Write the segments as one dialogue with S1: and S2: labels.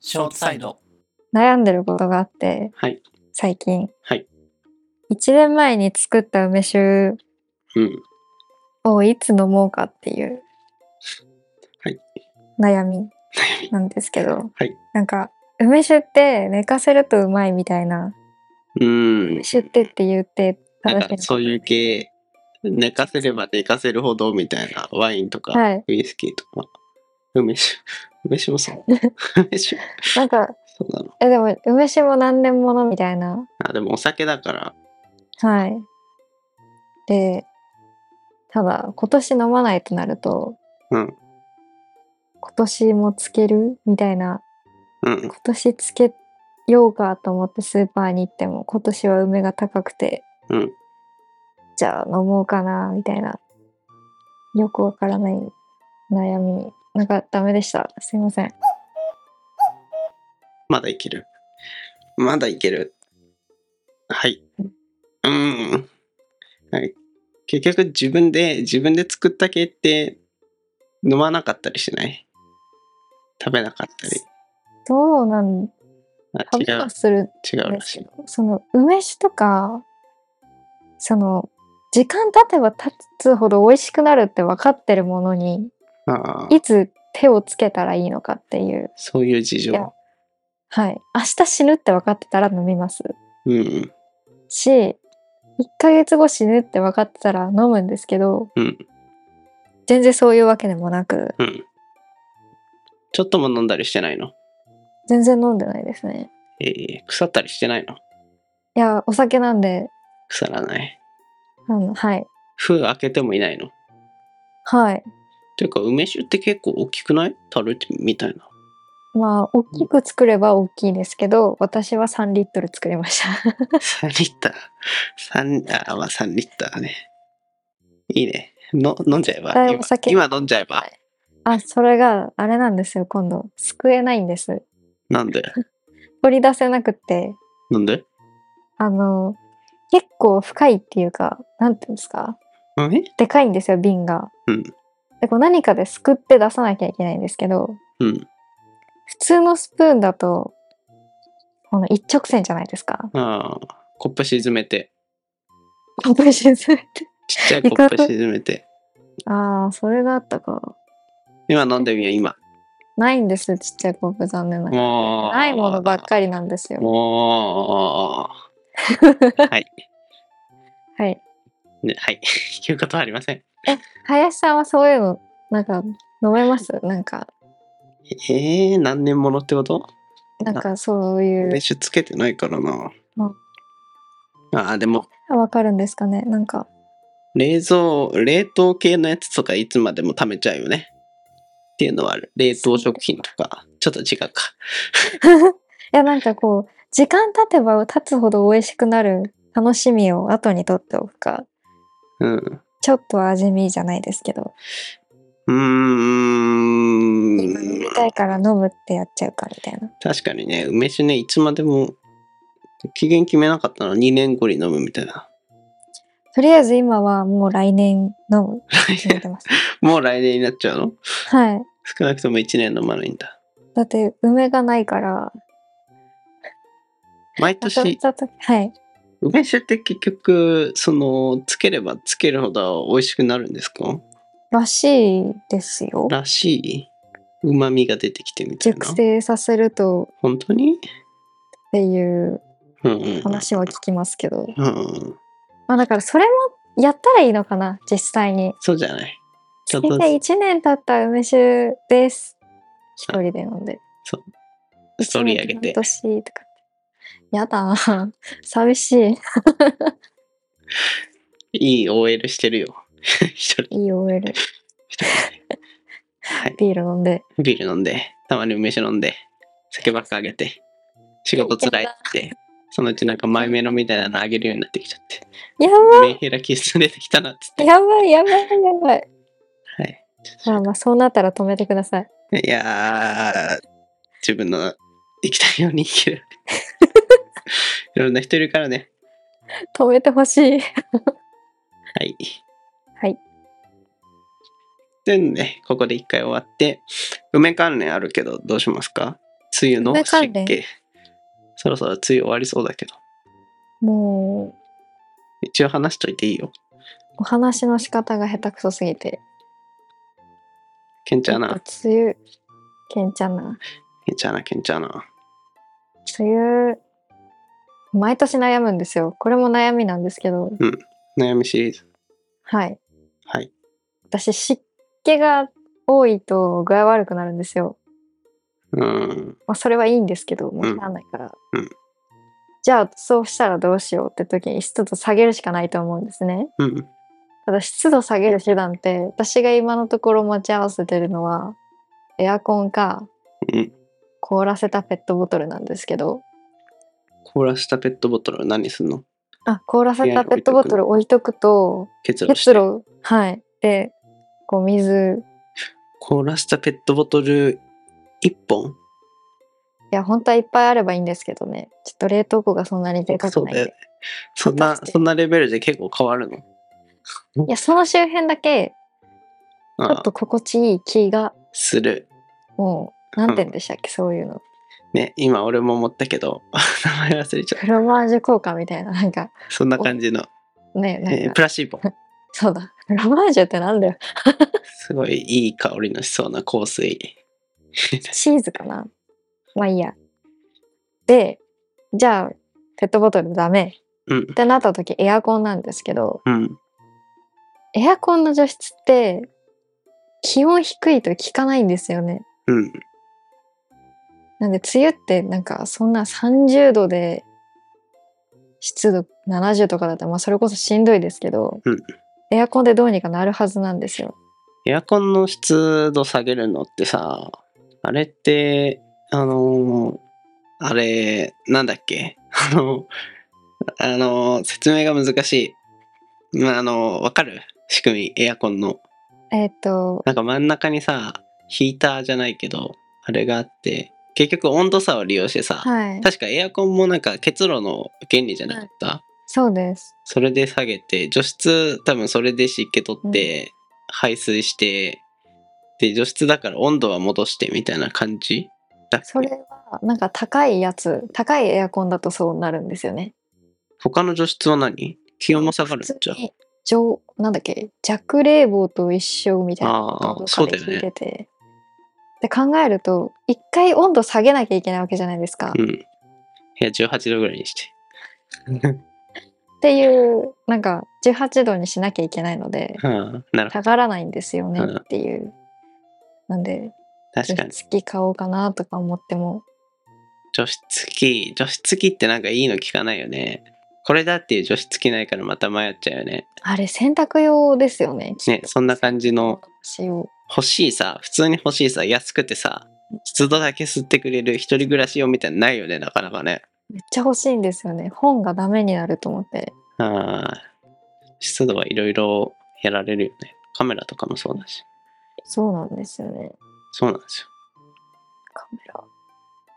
S1: ショートサイド。
S2: 悩んでることがあって、
S1: はい。
S2: 最近。
S1: はい。
S2: 1年前に作った梅酒
S1: うん。
S2: をいつ飲もうかっていう
S1: はい
S2: 悩みなんですけど、
S1: はい
S2: なんか梅酒って寝かせるとうまいみたいな
S1: うん。
S2: 酒ってって言って
S1: なん
S2: 正しい
S1: か
S2: の
S1: そういう系、寝かせれば寝かせるほどみたいな、ワインとか、
S2: はい
S1: ウイスキーとか、梅酒、梅酒も そう。梅酒、
S2: なんか
S1: そうなの。
S2: えでも梅酒も何年ものみたいな
S1: あ、でもお酒だから、
S2: はいでただ今年飲まないとなると
S1: うん、
S2: 今年もつけるみたいな
S1: うん、
S2: 今年つけようかと思ってスーパーに行っても今年は梅が高くて、
S1: うん
S2: じゃあ飲もうかなみたいなよくわからない悩みなんかダメでしたすいません
S1: まだいける。まだいける。はい。うん。はい。結局自分で、自分で作った系って、飲まなかったりしない食べなかったり。
S2: どうなん
S1: あ違
S2: 旅
S1: う
S2: は、する
S1: 違
S2: ん
S1: う
S2: で
S1: ら
S2: す
S1: し
S2: け
S1: い。
S2: どその梅酒とかその時間経てば経つほど美味しくなるって分かってるものに
S1: ああ、
S2: いつ手をつけたらいいのかっていう
S1: そういう事情
S2: い。やはい明日死ぬって分かってたら飲みます
S1: うん。
S2: し1ヶ月後死ぬって分かってたら飲むんですけど
S1: うん。
S2: 全然そういうわけでもなく
S1: うん。ちょっとも飲んだりしてないの
S2: 全然飲んでないですね
S1: ええ腐ったりしてないの
S2: いやお酒なんで
S1: 腐らない。
S2: あのはい
S1: 封開けてもいないの
S2: はい
S1: ていうか、梅酒って結構大きくない樽ってみたい な。
S2: まあ大きく作れば大きいですけど私は3リットル作りました
S1: 3リッター。三あ、まあ3リッターね。いいね。の飲んじゃえば
S2: だいぶ
S1: 今
S2: 酒
S1: 今飲んじゃえば。
S2: あそれがあれなんですよ今度救えないんです
S1: なん で
S2: 取り出せなくって
S1: なんで
S2: あの結構深いっていうかなんていうんですか
S1: うんえ
S2: でかいんですよ瓶が、
S1: うん
S2: でこう何かですくって出さなきゃいけないんですけど
S1: うん。
S2: 普通のスプーンだとこの一直線じゃないですか。
S1: ああ、コップ沈めて。
S2: コップ沈めて。
S1: ちっちゃいコップ沈 めて。
S2: ああ、それがあったか。
S1: 今飲んでみよう、今。
S2: ないんです、ちっちゃいコップ、残念なが
S1: も
S2: ら。
S1: う。
S2: ないものばっかりなんですよ。
S1: もう。はい。
S2: はい。
S1: ね、はい。 いうことはありません。
S2: 林さんはそういうの、なんか、飲めますなんか、
S1: えー、何年ものってこと
S2: なんかそういう
S1: 練。習つけてないからな。
S2: うん
S1: ああ、でも、
S2: わかるんですかねなんか、
S1: 冷蔵、冷凍系のやつとかいつまでも食べちゃうよね。っていうのはある。冷凍食品とか、ちょっと違うか。
S2: いや、なんかこう、時間経てば経つほど美味しくなる楽しみを後にとっておくか、
S1: うん。
S2: ちょっと味見じゃないですけど、
S1: う
S2: 今
S1: ー
S2: 飲み
S1: ん。
S2: たいから飲むってやっちゃうかみたいな。
S1: 確かにね、梅酒ね、いつまでも、期限決めなかったの2年後に飲むみたい な。
S2: とりあえず今はもう来年飲むって決めてます。
S1: もう来年になっちゃうの
S2: はい。
S1: 少なくとも1年飲まないんだ。
S2: だって梅がないから、
S1: 毎
S2: また
S1: 年、
S2: た時はい。
S1: 梅酒って結局そのつければつけるほど美味しくなるんですから
S2: しいですよ。
S1: らしいうまみが出てきてみたいな
S2: 熟成させると
S1: 本当に
S2: っていう
S1: うんうん
S2: 話は聞きますけど。
S1: うんうん
S2: まあだからそれもやったらいいのかな、実際に。
S1: そうじゃないちょっ
S2: 大
S1: と
S2: 体1年経った梅酒です。一人で飲んで。
S1: ストーリー上げて
S2: 半年とか。やだー。 寂しい。
S1: いい OL してるよ 一人
S2: いい OL。
S1: 一人ではい
S2: ビール飲んで。
S1: ビール飲んでたまに梅酒飲んで酒ばっかあげて仕事つらいってそのうちなんか前目のみたいなのあげるようになってきちゃって
S2: やば
S1: 目開き進めてきたなっつって
S2: いやばいやばいやばい。
S1: はい
S2: まあまあそうなったら止めてください。
S1: いやー、自分の生きたいように生き る。いろんな人いるからね。
S2: 止めてほし
S1: は
S2: い。
S1: い。
S2: はい。
S1: でね、ここで一回終わって、梅関連あるけどどうしますか梅雨の
S2: 梅
S1: 湿
S2: 関連
S1: 気そろそろ梅雨終わりそうだけど
S2: も
S1: 一応話しといていいよ
S2: う、お話の仕方が下手くそすぎて。
S1: ケンちゃん
S2: やっ
S1: な
S2: ぱ梅雨、けんちゃんな。
S1: ケンちゃんなケンちゃんな
S2: 梅雨、毎年悩むんですよ。これも悩みなんですけど、
S1: 悩みシリーズ
S2: はい。
S1: はい
S2: 私、湿気が多いと具合悪くなるんですよ。
S1: うん
S2: まあ、それはいいんですけど、もう
S1: うん
S2: しゃあないから。
S1: うん
S2: じゃあ、そうしたらどうしようって時に湿度下げるしかないと思うんですね。
S1: うん
S2: ただ、湿度下げる手段って、私が今のところ持ち合わせてるのは、エアコンか
S1: うん
S2: 凍らせたペットボトルなんですけど、
S1: 凍らしたペットボトルは何すんの
S2: あ、凍らせ
S1: 部屋
S2: た
S1: に
S2: ペ
S1: 置いとく
S2: ットボトル置いとくと、
S1: 結露して
S2: 結露、はい。で、こう水、
S1: 凍らしたペットボトル1本
S2: いや、本当はいっぱいあればいいんですけどね、ちょっと冷凍庫がそんなにでかく
S1: そう
S2: ないん
S1: だよね
S2: で。
S1: そんな
S2: 果たして
S1: そんなレベルで結構変わるの
S2: いや、その周辺だけ、ちょ
S1: あ
S2: っと心地いい気が
S1: する
S2: もう何点でしたっけ、そういうの
S1: ね今俺も思ったけど 名前忘れちゃっ
S2: フロマージュ効果みたいななんか
S1: たそんな感じの、
S2: ねなんか、
S1: えープラシーボ
S2: そうだフロマージュってなんだよ
S1: すごいいい香りのしそうな香水
S2: チーズかなまあいいやでじゃあペットボトルダメ
S1: うん
S2: ってなった時エアコンなんですけど
S1: うん
S2: エアコンの除湿って気温低いと効かないんですよね
S1: うん
S2: なんで梅雨ってなんかそんな30度で湿度70とかだったら、まあ、それこそしんどいですけど、
S1: うん
S2: エアコンでどうにかなるはずなんですよ。
S1: エアコンの湿度下げるのってさあれってあのーあれなんだっけ あのあのー説明が難しいまああのーわかる仕組みエアコンの
S2: えっ、と
S1: なんか真ん中にさヒーターじゃないけどあれがあって結局温度差を利用してさ、
S2: はい
S1: 確かエアコンもなんか結露の原理じゃなかった、
S2: そうです。
S1: それで下げて除湿多分それで湿気取って、排水してで除湿だから温度は戻してみたいな感じだっ
S2: それ
S1: け
S2: はなんか高いやつ高いエアコンだとそうなるんですよね。
S1: 他の除湿は何気温も下がる
S2: 普通
S1: じゃん
S2: に上なんだっけ弱冷房と一緒みたいな
S1: あー
S2: こと
S1: そう
S2: か
S1: だ
S2: で
S1: よね
S2: 聞いてて、で考えると一回温度下げなきゃいけないわけじゃないですか。
S1: うん部屋18度ぐらいにして
S2: っていうなんか18度にしなきゃいけないので
S1: うんなるほ
S2: 下がらないんですよね
S1: うん
S2: っていう、なんで
S1: ど確かに
S2: 月買おうかなとか思っても
S1: 除湿機除湿機ってなんかいいの聞かないよねこれだっていう除湿機ないからまた迷っちゃうよね
S2: あれ洗濯用ですよね
S1: ねそんな感じの
S2: しよ
S1: 欲しいさ普通に欲しいさ安くてさ湿度だけ吸ってくれる一人暮らし用みたいなのないよねなかなかね
S2: うめっちゃ欲しいんですよね本がダメになると思って
S1: あー湿度はいろいろやられるよねカメラとかもそうだし
S2: そうなんですよね
S1: そうなんですよ
S2: カメラ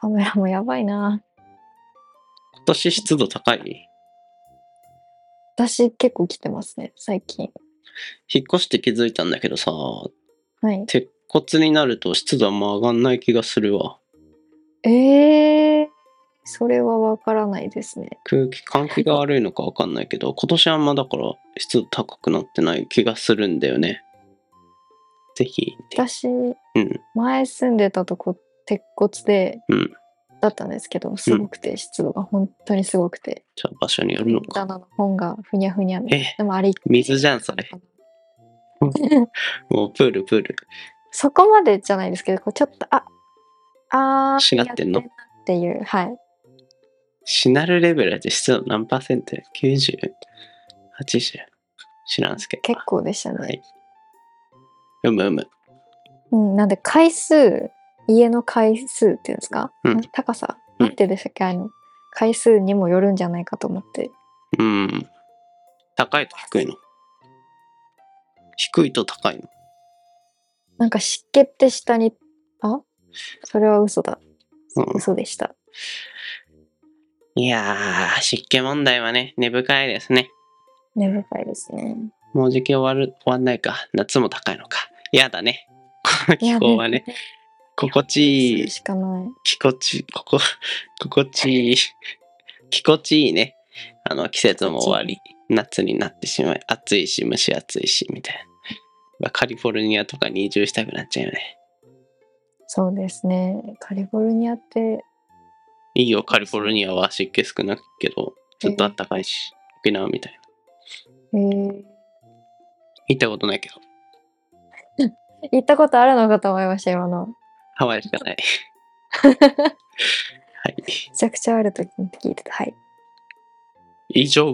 S2: カメラもやばいな
S1: 今年湿度高い
S2: 私結構来てますね最近
S1: 引っ越して気づいたんだけどさ
S2: はい
S1: 鉄骨になると湿度はもう上がんない気がするわ
S2: えー、それはわからないですね
S1: 空気換気が悪いのか分かんないけど今年あんまだから湿度高くなってない気がするんだよねぜひ
S2: 私
S1: うん
S2: 前住んでたとこ鉄骨で
S1: うん
S2: だったんですけどすごくて湿度が本当にすごくて、
S1: じゃあ場所によるのか
S2: 棚の本がふにゃふにゃの
S1: え
S2: でもあれ
S1: 水じゃんそれもうプールプール
S2: そこまでじゃないですけどこうちょっとああー
S1: しなってんの
S2: やってんなっていうはい
S1: しなるレベルで湿度何パーセント ?90?80? 知らんすけど
S2: 結構でしたね、
S1: はいうんむうむ
S2: うん、なんで回数家の回数っていうんですか、
S1: うん
S2: な高さ
S1: うん
S2: なんてでしたっけあの回数にもよるんじゃないかと思って
S1: うん高いと低いの低いと高いの
S2: なんか湿気って下にあそれは嘘だ
S1: うん
S2: 嘘でした
S1: いやー湿気問題はね根深いですね
S2: 根深いですね
S1: もうじき終わる終わんないか夏も高いのかやだねこの気候はね心地い
S2: それ
S1: い、
S2: しかない。
S1: 気こち、ここ、心地いい、気こちいいね。あの、季節も終わり、夏になってしまい、暑いし、蒸し暑いし、みたいな。カリフォルニアとかに移住したくなっちゃうよね。
S2: そうですね。カリフォルニアって、
S1: いいよ、カリフォルニアは湿気少ないけど、ずっと暖かいし、沖縄みたいな。
S2: えー
S1: 行ったことないけど、
S2: 行ったことあるのかと思いました、今の。
S1: ハワイしかない。はい。
S2: めちゃくちゃあると聞いてた。はい。
S1: 以上。